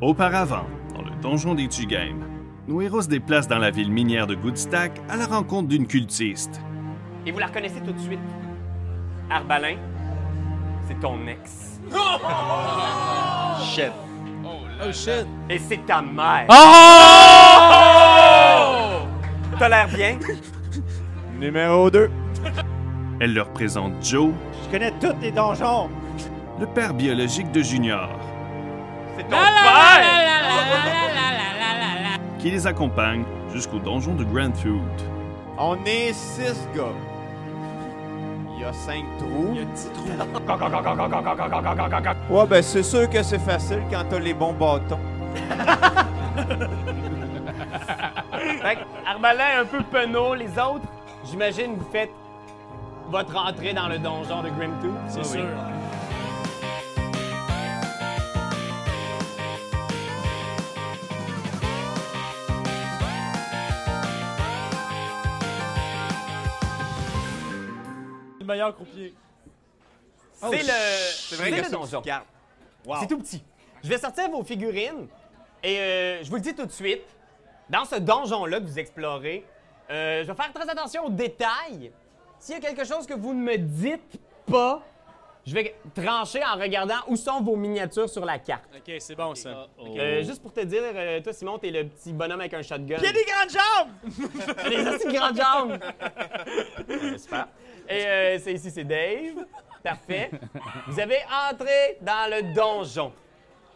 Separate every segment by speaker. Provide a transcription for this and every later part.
Speaker 1: Auparavant, dans le donjon des Tugames, nos héros se déplacent dans la ville minière de Goodstack à la rencontre d'une cultiste.
Speaker 2: Et vous la reconnaissez tout de suite. Arbalin, c'est ton ex.
Speaker 3: Shit.
Speaker 4: Oh shit!
Speaker 2: Et c'est ta mère.
Speaker 4: Oh!
Speaker 2: T'as l'air bien?
Speaker 3: Numéro 2.
Speaker 1: Elle leur présente Joe,
Speaker 3: Je connais tous les donjons.
Speaker 1: le père biologique de Junior,
Speaker 2: C'est ton
Speaker 4: La, la, la,
Speaker 2: père!
Speaker 4: la, la, la, la, la, la, la, la.
Speaker 1: qui les accompagne jusqu'au donjon de Grandfoot.
Speaker 3: On est 6 gars. Il y a 5 trous.
Speaker 4: Il y a un petit trou.
Speaker 3: Ouais, ben c'est sûr que c'est facile quand t'as les bons bâtons.
Speaker 2: Fait que Arbalin un peu penaud, les autres, j'imagine vous faites votre entrée dans le donjon de Grimtooth.
Speaker 4: C'est sûr. Le meilleur croupier.
Speaker 2: C'est le, c'est
Speaker 3: C'est vrai que
Speaker 2: le
Speaker 3: ça, tu
Speaker 2: donjon.
Speaker 3: gardes. Wow.
Speaker 2: C'est tout petit. Je vais sortir vos figurines et euh, je vous le dis tout de suite. Dans ce donjon-là que vous explorez, euh, je vais faire très attention aux détails. S'il y a quelque chose que vous ne me dites pas, je vais trancher en regardant où sont vos miniatures sur la carte.
Speaker 4: Ok, c'est bon ça.
Speaker 2: Euh, juste pour te dire, euh, toi, Simon, t'es le petit bonhomme avec un shotgun.
Speaker 3: Il y a des grandes jambes!
Speaker 2: Les hosties de grandes jambes! Euh, super. Et euh, c'est ici, c'est Dave. Parfait. Vous avez entré dans le donjon.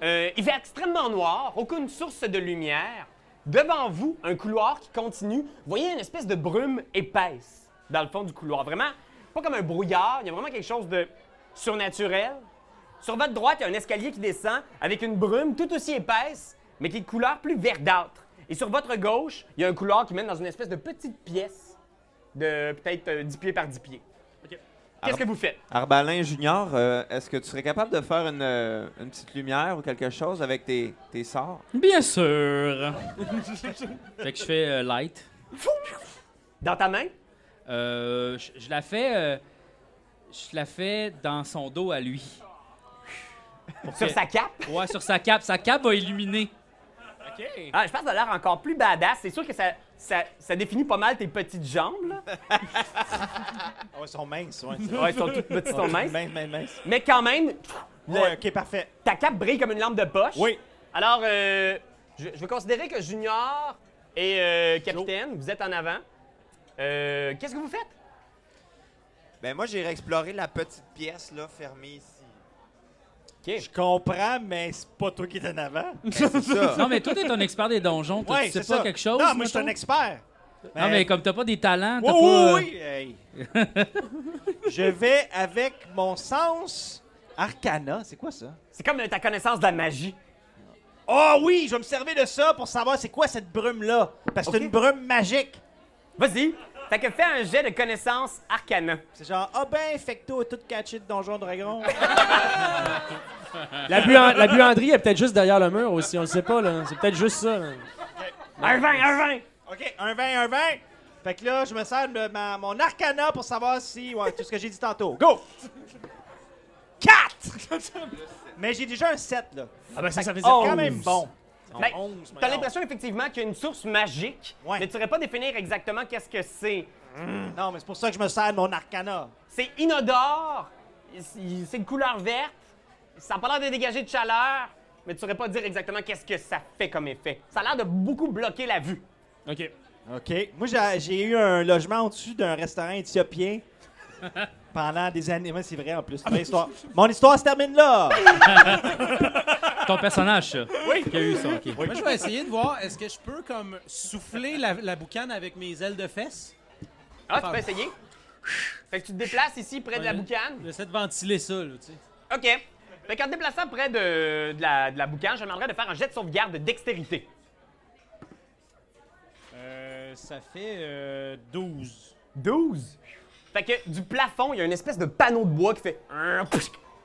Speaker 2: Euh, il fait extrêmement noir, aucune source de lumière. Devant vous, un couloir qui continue. Vous voyez une espèce de brume épaisse dans le fond du couloir. Vraiment, pas comme un brouillard, il y a vraiment quelque chose de surnaturel. Sur votre droite, il y a un escalier qui descend avec une brume tout aussi épaisse, mais qui est de couleur plus verdâtre. Et sur votre gauche, il y a un couloir qui mène dans une espèce de petite pièce de peut-être euh, 10 pieds par 10 pieds. Qu'est-ce
Speaker 3: Alors-
Speaker 2: que vous faites?
Speaker 3: Arbalin Junior, euh, est-ce que tu serais capable de faire une, euh, une petite lumière ou quelque chose avec tes, tes sorts?
Speaker 5: Bien sûr. fait que je fais euh, light.
Speaker 2: Dans ta main?
Speaker 5: Euh, je, je la fais. euh, je la fais dans son dos à lui. Pour
Speaker 2: Sur
Speaker 5: que-
Speaker 2: sa cape?
Speaker 5: Ouais, sur sa cape. Sa cape va illuminer.
Speaker 4: Ok.
Speaker 2: Ah, je pense que ça a l'air encore plus badass. C'est sûr que ça, ça, ça définit pas mal tes petites jambes, là.
Speaker 3: Oh, ils sont minces, ouais.
Speaker 2: Ouais, ils sont toutes petites, sont minces.
Speaker 3: Mince, mince, mince.
Speaker 2: Mais quand même, le-
Speaker 3: ok, parfait.
Speaker 2: ta cape brille comme une lampe de poche.
Speaker 3: Oui.
Speaker 2: Alors, euh, je, je vais considérer que Junior et euh, Capitaine, vous êtes en avant. Euh, Qu'est-ce que vous faites?
Speaker 3: Ben moi, j'irai explorer la petite pièce, là, fermée ici.
Speaker 6: Je comprends, mais c'est pas toi qui es en avant.
Speaker 3: Ben, c'est ça.
Speaker 5: Non, mais toi, t'es un expert des donjons. Toi,
Speaker 6: Ouais,
Speaker 5: tu sais
Speaker 6: c'est
Speaker 5: pas
Speaker 6: ça.
Speaker 5: quelque chose?
Speaker 6: Non, moi, je suis un
Speaker 5: mettons?
Speaker 6: expert.
Speaker 5: Non, mais comme t'as pas des talents,
Speaker 6: Oui,
Speaker 5: t'as pas. euh,
Speaker 6: oui, oui, hey. je vais avec mon sens arcana. C'est quoi ça?
Speaker 2: C'est comme euh, ta connaissance de la magie.
Speaker 6: Oh oui, je vais me servir de ça pour savoir c'est quoi cette brume-là. Parce que
Speaker 2: Ok.
Speaker 6: c'est une brume magique.
Speaker 2: Vas-y. Fait que fais un jet de connaissance arcana.
Speaker 6: C'est genre, ah ben, Fecto est tout catché de Donjon Dragon. la, buanderie
Speaker 4: La buanderie est peut-être juste derrière le mur aussi, on le sait pas là. C'est peut-être juste ça. là.
Speaker 2: Un 20, un 20.
Speaker 6: OK, un 20, un 20. Fait que là, je me sers de ma- mon arcana pour savoir si. Ouais, tout ce que j'ai dit tantôt. Go! 4! Mais j'ai déjà un 7, là.
Speaker 4: Ah ben ça, ça faisait
Speaker 2: Oh,
Speaker 6: Quand même bon.
Speaker 2: Ben,
Speaker 6: Onze,
Speaker 2: T'as
Speaker 6: mais
Speaker 2: l'impression effectivement qu'il y a une source magique,
Speaker 6: Ouais.
Speaker 2: mais tu saurais pas définir exactement qu'est-ce que c'est.
Speaker 6: Non, mais c'est pour ça que je me sers de mon arcana.
Speaker 2: C'est inodore, il- c'est de couleur verte, ça a pas l'air de dégager de chaleur, mais tu saurais pas dire exactement qu'est-ce que ça fait comme effet. Ça a l'air de beaucoup bloquer la vue.
Speaker 4: Ok.
Speaker 6: OK. Moi, j'ai- j'ai eu un logement au-dessus d'un restaurant éthiopien pendant des années. Ouais, c'est vrai, en plus. Mon histoire, mon histoire se termine là.
Speaker 5: Ton personnage, ça. Oui. Qui a eu ça, ok.
Speaker 7: Moi, je vais essayer de voir, est-ce que je peux comme souffler la, la boucane avec mes ailes de fesses?
Speaker 2: Ah, tu peux essayer? Fait que tu te déplaces ici près de la
Speaker 7: Ouais.
Speaker 2: boucane.
Speaker 7: J'essaie de ventiler ça, là, tu sais.
Speaker 2: OK. Fait qu'en te déplaçant près de, de la, de la boucane, je te demanderais de faire un jet de sauvegarde de dextérité.
Speaker 7: Euh, ça fait euh, 12.
Speaker 2: 12. Fait que du plafond, il y a une espèce de panneau de bois qui fait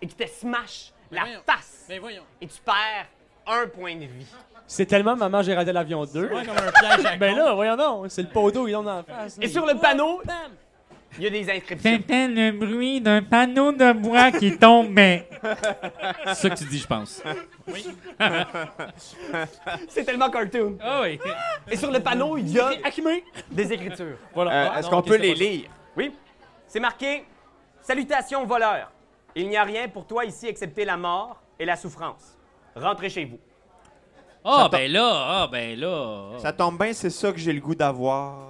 Speaker 2: et qui te smash la
Speaker 7: voyons.
Speaker 2: face.
Speaker 7: Mais voyons.
Speaker 2: Et tu perds un point de vie.
Speaker 4: C'est tellement maman j'ai raté l'avion 2.
Speaker 7: Ouais, comme un piège à
Speaker 4: Ben
Speaker 7: con.
Speaker 4: là, voyons non, c'est le pot d'eau qui tombe dans la face. là.
Speaker 2: Et sur le panneau, Il y a des inscriptions.
Speaker 5: C'était le bruit d'un panneau de bois qui tombait. C'est ça que tu dis, je pense.
Speaker 2: C'est tellement cartoon.
Speaker 5: Ah oui.
Speaker 2: Et sur le panneau, il y a des écritures.
Speaker 3: Euh,
Speaker 5: Ah,
Speaker 3: Est-ce qu'on peut les lire?
Speaker 2: Oui. C'est marqué Salutations voleurs. Il n'y a rien pour toi ici excepté la mort et la souffrance. Rentrez chez vous.
Speaker 5: Ah, ben là, ah, ben là.
Speaker 3: Ça tombe bien, c'est ça que j'ai le goût d'avoir.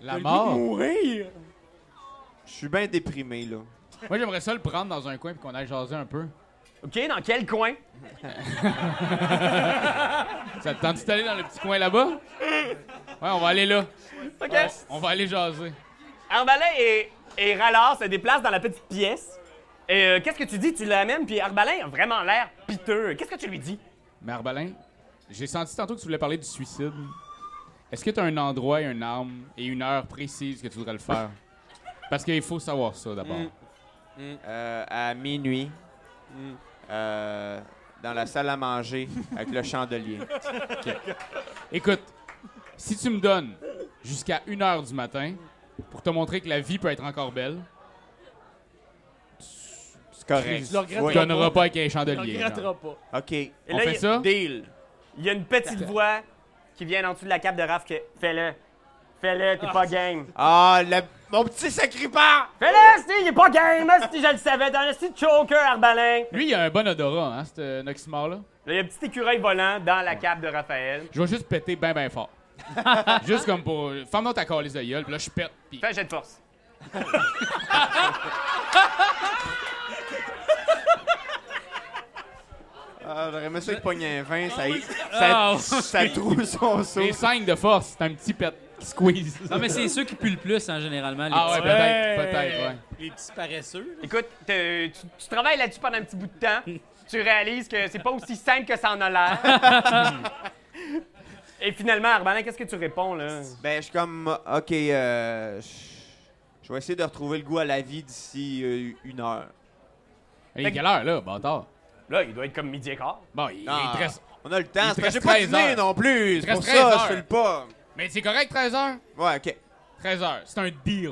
Speaker 8: La mort.
Speaker 3: Mourir? Je suis bien déprimé, là.
Speaker 8: Moi, j'aimerais ça le prendre dans un coin puis qu'on aille jaser un peu.
Speaker 2: OK, dans quel coin?
Speaker 8: Ça te tente d'aller dans le petit coin là-bas? Ouais, on va aller là.
Speaker 2: OK.
Speaker 8: On va aller jaser.
Speaker 2: Arbalin et, et Rallard se déplacent dans la petite pièce. Et euh, qu'est-ce que tu dis? Tu l'amènes, puis Arbalin a vraiment l'air piteux. Qu'est-ce que tu lui dis?
Speaker 8: Mais Arbalin, j'ai senti tantôt que tu voulais parler du suicide. Est-ce que tu as un endroit, une arme et une heure précise que tu voudrais le faire? Parce qu'il faut savoir ça d'abord.
Speaker 3: Euh, à minuit,
Speaker 8: Hmm.
Speaker 3: euh, dans la salle à manger, avec le chandelier.
Speaker 8: Écoute, si tu me donnes jusqu'à 1 heure du matin pour te montrer que la vie peut être encore belle,
Speaker 3: C'est correct.
Speaker 8: tu donneras pas avec un chandelier. genre.
Speaker 6: pas.
Speaker 3: OK.
Speaker 2: Et
Speaker 8: On
Speaker 2: là,
Speaker 8: fait
Speaker 2: il-
Speaker 8: ça?
Speaker 3: Deal.
Speaker 2: Il y a une petite voix qui vient en dessous de la cape de Raph qui Fais-le. Fais-le, t'es pas game.
Speaker 3: Ah, le- mon petit sacripant!
Speaker 2: Fais-le, si, il est pas game. Si, je le savais. Dans le site choker, Arbalin.
Speaker 8: Lui, il a un bon odorat, hein, ce euh, Noxymore-là.
Speaker 2: Là, il y a un petit écureuil volant dans la cape de Raphaël.
Speaker 8: Je vais juste péter ben ben fort. juste comme pour. euh, Ferme donc ta calice de gueule, puis là, je pète, puis
Speaker 2: Fais un jet de force.
Speaker 3: Ah, j'aurais aimé ça qu'il pogne un vin, ça,
Speaker 5: Ah,
Speaker 3: ça, ça, trouve son saut.
Speaker 8: Les 5 de force, c'est un petit pet qui squeeze.
Speaker 5: Non, mais c'est ceux qui puent le plus, hein, généralement. les
Speaker 8: Ah ouais,
Speaker 5: petits
Speaker 8: peut-être,
Speaker 7: Ouais.
Speaker 8: peut-être, ouais.
Speaker 7: Les petits paresseux.
Speaker 2: Écoute, te- tu, tu travailles là-dessus pendant un petit bout de temps. Tu réalises que c'est pas aussi simple que ça en a l'air. Et finalement, Arbalin, qu'est-ce que tu réponds, là?
Speaker 3: Ben, je suis comme, OK, euh, je je vais essayer de retrouver le goût à la vie d'ici euh, une heure.
Speaker 8: Il est quelle heure, là, bâtard?
Speaker 2: Là, il doit être comme midi et quart.
Speaker 8: Bon, il, il
Speaker 3: Ah,
Speaker 8: te reste.
Speaker 3: On a le temps,
Speaker 8: Il
Speaker 3: c'est
Speaker 8: te
Speaker 3: parce que j'ai
Speaker 8: reste
Speaker 3: pas
Speaker 8: 13
Speaker 3: dîné
Speaker 8: heures.
Speaker 3: non plus.
Speaker 8: te
Speaker 3: C'est pour
Speaker 8: reste 13
Speaker 3: ça, je
Speaker 8: heures.
Speaker 3: fais le pas.
Speaker 8: Mais c'est correct, 13h?
Speaker 3: Ouais, OK.
Speaker 8: 13h, c'est un deal.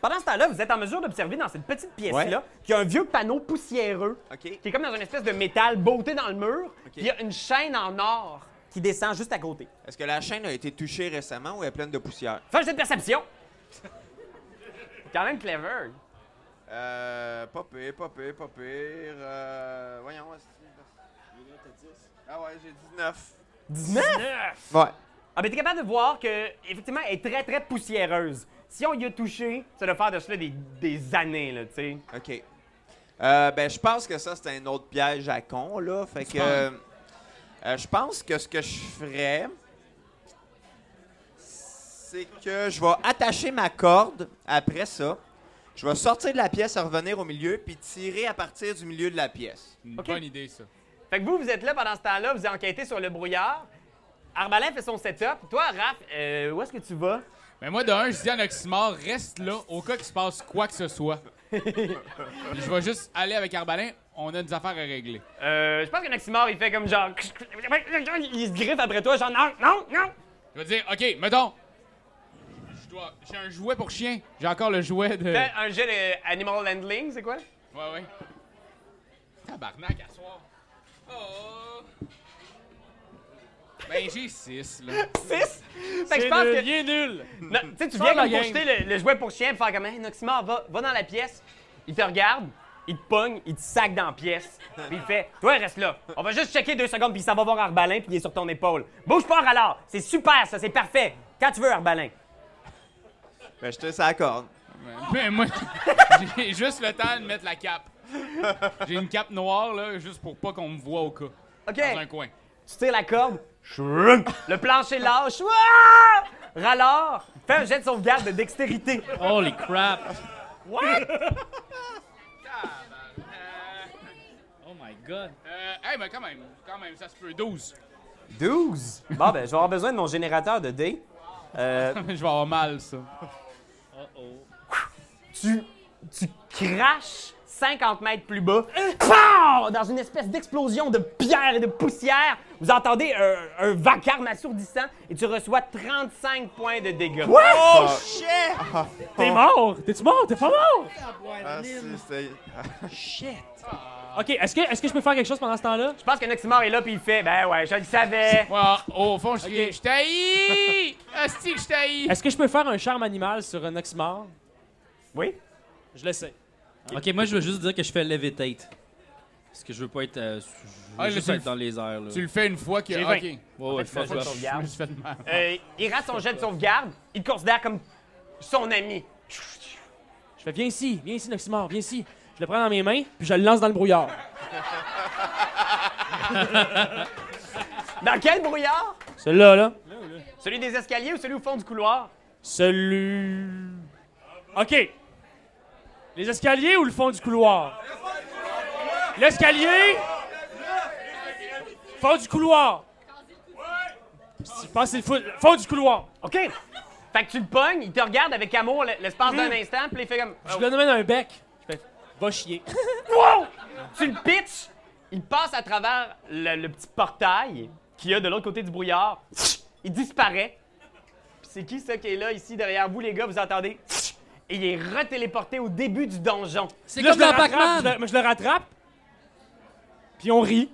Speaker 2: Pendant ce temps-là, vous êtes en mesure d'observer dans cette petite pièce-là qu'il y a un vieux panneau poussiéreux
Speaker 3: OK.
Speaker 2: qui est comme dans une espèce de métal beauté dans le mur. puis Il y a une chaîne en or qui descend juste à côté.
Speaker 3: Est-ce que la chaîne a été touchée récemment ou elle est pleine de poussière?
Speaker 2: Fais un jet de perception! Quand même clever.
Speaker 3: Euh, pas pire, pas pire, pas pire. Euh, voyons, est-ce que- Ah ouais, j'ai 19.
Speaker 2: 19!
Speaker 3: Ouais.
Speaker 2: Ah ben t'es capable de voir que effectivement elle est très très poussiéreuse. Si on y a touché, ça doit faire de cela des, des années là, tu sais.
Speaker 3: OK. Euh, ben, je pense que ça, c'est un autre piège à con, là. Fait que. euh, euh, je pense que ce que je ferais. C'est que je vais attacher ma corde après ça. Je vais sortir de la pièce, revenir au milieu, puis tirer à partir du milieu de la pièce.
Speaker 8: Une
Speaker 2: Ok.
Speaker 8: bonne idée, ça.
Speaker 2: Fait que vous vous êtes là pendant ce temps-là, vous enquêtez sur le brouillard. Arbalin fait son setup. Toi, Raph, euh, où est-ce que tu vas
Speaker 8: Mais moi, de un, je dis à Noxymore, reste là au cas qu'il se passe quoi que ce soit. Puis je vais juste aller avec Arbalin, on a des affaires à régler.
Speaker 2: euh, Je pense que Maximor il fait comme genre, il se griffe après toi, genre non non non.
Speaker 8: Je vais dire, OK, mettons. je dois- J'ai un jouet pour chien. J'ai encore le jouet de.
Speaker 2: Fais un jet de animal handling, c'est quoi
Speaker 8: Ouais, ouais. Tabarnak, à soir. Oh! Ben, j'ai 6, là.
Speaker 2: 6 Fait que je pense que
Speaker 4: Il est nul.
Speaker 2: Non, tu sais, tu viens comme pour jeter le, le jouet pour chien et faire comme Hey, Noxymore, va, va dans la pièce. Il te regarde, il te pogne, il te sac dans la pièce. Puis il fait Toi, reste là. On va juste checker deux secondes, puis ça va voir Arbalin, puis il est sur ton épaule. Bouge pas, alors. C'est super, ça, c'est parfait. Quand tu veux, Arbalin.
Speaker 3: Ben, je te ça la corde.
Speaker 8: Mais moi, j'ai juste le temps de mettre la cape. J'ai une cape noire, là, juste pour pas qu'on me voit au cas.
Speaker 2: OK.
Speaker 8: Dans un coin.
Speaker 2: Tu tires la corde. Chrum. Le plancher lâche. Ouah! Rallard, fais un jet de sauvegarde de dextérité.
Speaker 5: Holy crap.
Speaker 2: What?
Speaker 5: Oh my god.
Speaker 8: Euh, hey, mais quand même, quand même, ça se peut. 12.
Speaker 2: 12. Bon, ben, je vais avoir besoin de mon générateur de dés. Euh,
Speaker 8: Je vais avoir mal, ça.
Speaker 2: tu, tu craches 50 mètres plus bas. Pow! Dans une espèce d'explosion de pierre et de poussière, vous entendez un, un vacarme assourdissant et tu reçois 35 points de dégâts.
Speaker 3: Oh, shit!
Speaker 4: T'es mort! T'es-tu mort? T'es pas mort!
Speaker 3: Ah, si, c'est-
Speaker 4: Ok, est-ce que, est-ce que je peux faire quelque chose pendant ce temps-là?
Speaker 2: Je pense que Noximor est là puis il fait Ben ouais, je le savais.
Speaker 8: Ouais, au fond, je t'ai- je t'haïs! Asti que je t'haïs!
Speaker 4: Est-ce que je peux faire un charme animal sur un oxymore?
Speaker 2: Oui.
Speaker 4: Je l'essaie.
Speaker 5: Ok, moi, je veux juste dire que je fais levitate. Parce que je veux pas être. euh, je veux
Speaker 8: Ah,
Speaker 5: juste
Speaker 8: là, tu
Speaker 5: être dans les airs, là.
Speaker 8: Tu le fais une fois que.
Speaker 2: J'ai
Speaker 8: ah,
Speaker 2: vingt.
Speaker 8: Ok.
Speaker 5: Ouais, ouais,
Speaker 2: En fait,
Speaker 5: je fais-
Speaker 2: tu
Speaker 5: je-
Speaker 2: fais
Speaker 8: Je me suis fait de mal.
Speaker 2: Euh, il rate son jet de sauvegarde. Il te considère comme son ami.
Speaker 4: Je fais, viens ici, viens ici, Noximor, viens ici. Je le prends dans mes mains, puis je le lance dans le brouillard.
Speaker 2: Dans quel brouillard
Speaker 4: Celui-là, là.
Speaker 2: Celui des escaliers ou celui au fond du couloir
Speaker 4: Celui. OK. Les escaliers ou le fond du couloir? L'escalier? Fond du couloir. Je pense que c'est le fou- fond du couloir.
Speaker 2: OK. Fait que tu le pognes, il te regarde avec amour l- l'espace d'un instant, puis il fait comme.
Speaker 4: Je le donne un bec. Je fais, va chier.
Speaker 2: Wow! Tu le pitches, il passe à travers le, le petit portail qu'il y a de l'autre côté du brouillard. Il disparaît. Puis c'est qui ça qui est là ici derrière vous, les gars? Vous entendez? Et il est retéléporté au début du donjon.
Speaker 5: C'est
Speaker 4: Là,
Speaker 5: comme
Speaker 4: je le
Speaker 5: dans
Speaker 4: rattrape,
Speaker 5: Pac-Man!
Speaker 4: je le, je le rattrape, puis on rit.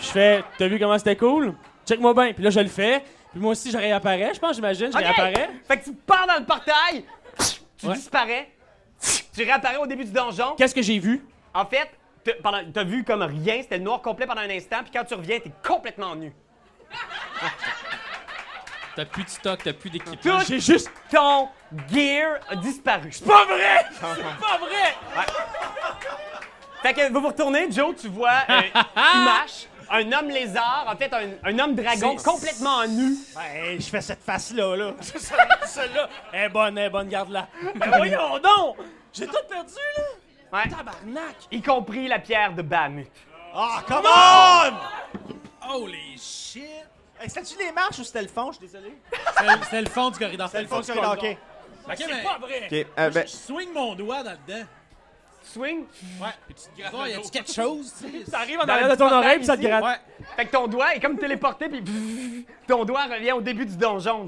Speaker 4: Je fais, t'as vu comment c'était cool? Check-moi bien. Puis là, je le fais. Puis moi aussi, je réapparais, je pense, j'imagine. Je
Speaker 2: OK!
Speaker 4: réapparais.
Speaker 2: Fait que tu pars dans le portail, tu
Speaker 4: Ouais.
Speaker 2: disparais, tu réapparais au début du donjon.
Speaker 4: Qu'est-ce que j'ai vu?
Speaker 2: En fait, t'as pendant- t'as vu comme rien, c'était le noir complet pendant un instant, puis quand tu reviens, t'es complètement nu.
Speaker 5: T'as plus de stock, t'as plus d'équipement.
Speaker 2: Tout
Speaker 4: J'ai juste
Speaker 2: ton gear a disparu.
Speaker 4: Pas vrai! C'est pas vrai!
Speaker 2: Fait que vous vous retournez, Joe, tu vois euh, Image, un homme lézard, en fait un, un homme dragon
Speaker 5: C'est-
Speaker 2: complètement nu.
Speaker 6: Hey, je fais cette face-là, là.
Speaker 4: Celle-là, elle est bonne, elle est bonne, garde-la. Mais voyons donc! J'ai tout perdu, là!
Speaker 2: Ouais.
Speaker 4: Tabarnak!
Speaker 2: Y compris la pierre de Bahamut.
Speaker 6: Ah, come on!
Speaker 7: Holy shit!
Speaker 6: Hey, C'était-tu les marches ou c'était le fond? Je suis désolé.
Speaker 7: C'est c'est le fond du corridor.
Speaker 6: C'était le fond, c'est ok.
Speaker 7: Ok, mais
Speaker 4: Pas vrai!
Speaker 3: Ok, euh, ben,
Speaker 7: je swing mon doigt dans le dedans.
Speaker 2: Swing.
Speaker 5: Ah,
Speaker 7: Voir, y a-tu quelque chose? tu sais?
Speaker 4: Ça arrive en
Speaker 2: Dans
Speaker 4: arrière de
Speaker 2: le
Speaker 4: ton
Speaker 2: petit
Speaker 4: oreille, puis ça te
Speaker 2: portail
Speaker 4: gratte.
Speaker 7: Ouais.
Speaker 2: Fait que ton doigt est comme téléporté, puis ton doigt revient au début du donjon.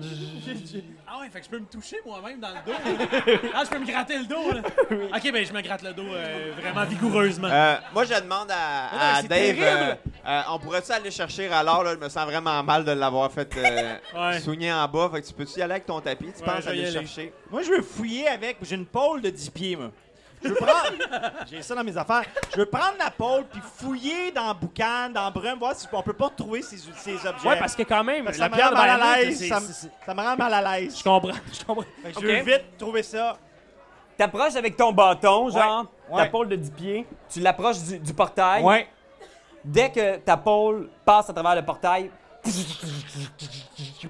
Speaker 7: Ah ouais, fait que je peux me toucher moi-même dans le dos. ah, je peux me gratter le dos, là. Ok, ben je me gratte le dos euh, vraiment vigoureusement.
Speaker 3: euh, moi, je demande à,
Speaker 7: Oh, non,
Speaker 3: à
Speaker 7: c'est
Speaker 3: Dave,
Speaker 7: terrible.
Speaker 3: euh, euh, on pourrait-tu aller chercher alors, là, je me sens vraiment mal de l'avoir fait euh,
Speaker 7: Ouais.
Speaker 3: soigner en bas, fait que tu peux-tu y aller avec ton tapis, tu
Speaker 7: Ouais,
Speaker 3: penses
Speaker 7: je vais y
Speaker 3: aller le
Speaker 7: aller.
Speaker 3: chercher?
Speaker 6: Moi, je veux fouiller avec. J'ai une pôle de 10 pieds, moi. Je veux prendre. J'ai ça dans mes affaires. Je veux prendre la pôle puis fouiller dans Boucan, dans Brum, voir si on peut pas retrouver ces, ces objets.
Speaker 4: Ouais, parce que quand même,
Speaker 6: Parce que
Speaker 4: la
Speaker 6: ça me rend
Speaker 4: pierre de
Speaker 6: mal à
Speaker 4: Bahamut,
Speaker 6: l'aise.
Speaker 4: c'est-
Speaker 6: Ça, me- ça me rend mal à l'aise.
Speaker 4: Je comprends, je comprends.
Speaker 6: Fait que
Speaker 2: Ok.
Speaker 6: Je veux vite trouver ça.
Speaker 2: T'approches avec ton bâton, genre,
Speaker 6: Ouais.
Speaker 2: ta pôle de 10 pieds, tu l'approches du, du portail.
Speaker 6: Ouais.
Speaker 2: Dès que ta pôle passe à travers le portail. Fais,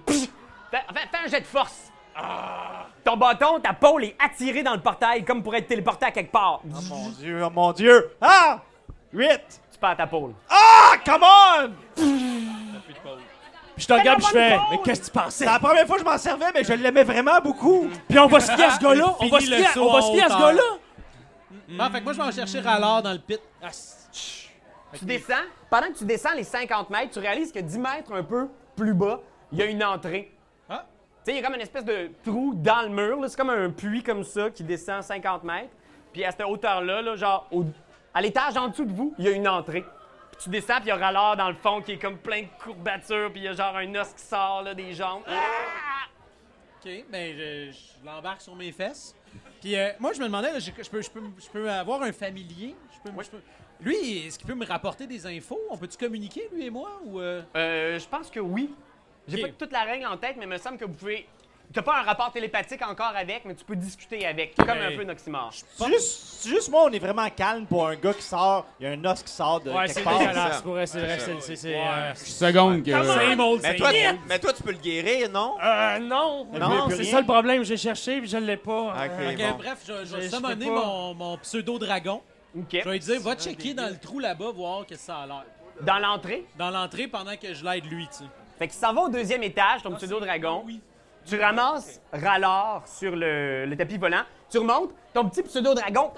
Speaker 2: fais- fais un jet de force. Ah. Ton bâton, ta pôle est attirée dans le portail comme pour être téléporté à quelque part.
Speaker 6: Oh mon dieu, oh mon dieu. Ah! 8.
Speaker 2: Tu perds ta pôle.
Speaker 6: Ah, come on!
Speaker 4: Puis je te regarde, puis je
Speaker 2: la
Speaker 4: fais,
Speaker 2: bonne
Speaker 4: mais qu'est-ce que tu
Speaker 6: C'est
Speaker 4: pensais?
Speaker 6: la première fois que je m'en servais, mais je l'aimais vraiment beaucoup.
Speaker 4: Puis on va se fier à ce gars-là, on
Speaker 7: Fini
Speaker 4: va se
Speaker 7: le
Speaker 4: fier,
Speaker 7: saut
Speaker 4: on va
Speaker 7: en
Speaker 4: se fier à ce
Speaker 7: hauteur.
Speaker 4: gars-là!
Speaker 7: Bon, fait que moi je vais en chercher Rallard dans le pit.
Speaker 2: Tu descends. Pendant que tu descends les 50 mètres, tu réalises que 10 mètres un peu plus bas, il y a une entrée.
Speaker 7: Ah.
Speaker 2: Tu sais, il y a comme une espèce de trou dans le mur. là. C'est comme un puits comme ça qui descend 50 mètres. Puis à cette hauteur-là, là, genre au- à l'étage en dessous de vous, il y a une entrée. Puis tu descends, puis il y a Rallard dans le fond qui est comme plein de courbatures, puis il y a genre un os qui sort là, des jambes.
Speaker 7: Ok, ben je, je l'embarque sur mes fesses. Puis euh, moi je me demandais, là, je, je peux, je, peux, je peux avoir un familier? Je peux, je peux- Lui, est-ce qu'il peut me rapporter des infos? On peut-tu communiquer, lui et moi? Ou, euh,
Speaker 2: Euh, je pense que oui. J'ai
Speaker 7: Ok.
Speaker 2: pas toute la règle en tête, mais il me semble que vous pouvez. T'as pas un rapport télépathique encore avec, mais tu peux discuter avec, comme un
Speaker 7: Ben,
Speaker 2: peu un oxymore.
Speaker 6: C'est Juste, c'est juste moi, on est vraiment calme pour un gars qui sort. Il y a un os qui sort de
Speaker 4: Ouais,
Speaker 6: quelque
Speaker 4: c'est
Speaker 6: part.
Speaker 4: dégueulasse,
Speaker 3: ça.
Speaker 4: pour vrai, c'est vrai, c'est- c'est. c'est, euh,
Speaker 8: Seconde que.
Speaker 7: Same old,
Speaker 3: Mais
Speaker 7: same
Speaker 3: toi,
Speaker 7: old.
Speaker 3: tu, mais toi, tu peux le guérir, non?
Speaker 7: Ah,
Speaker 4: Euh, non!
Speaker 6: voulait
Speaker 4: Non,
Speaker 6: plus
Speaker 4: c'est
Speaker 6: rien.
Speaker 4: ça le problème, j'ai cherché, puis je l'ai pas.
Speaker 3: Ok,
Speaker 7: Ok,
Speaker 3: bon.
Speaker 7: Bref, je, je
Speaker 4: Je-
Speaker 7: vais
Speaker 4: je
Speaker 7: summoner
Speaker 4: peux pas.
Speaker 7: mon, mon pseudo-dragon.
Speaker 2: Ok.
Speaker 7: Je vais lui dire, va checker dans le trou là-bas, voir qu'est-ce que ça a l'air.
Speaker 2: Dans l'entrée,
Speaker 7: Dans l'entrée pendant que je l'aide lui, tu sais.
Speaker 2: Fait que ça va au deuxième étage, ton pseudo-dragon.
Speaker 7: Oui.
Speaker 2: Tu ramasses Rallard sur le, le tapis volant. Tu remontes, ton petit pseudo-dragon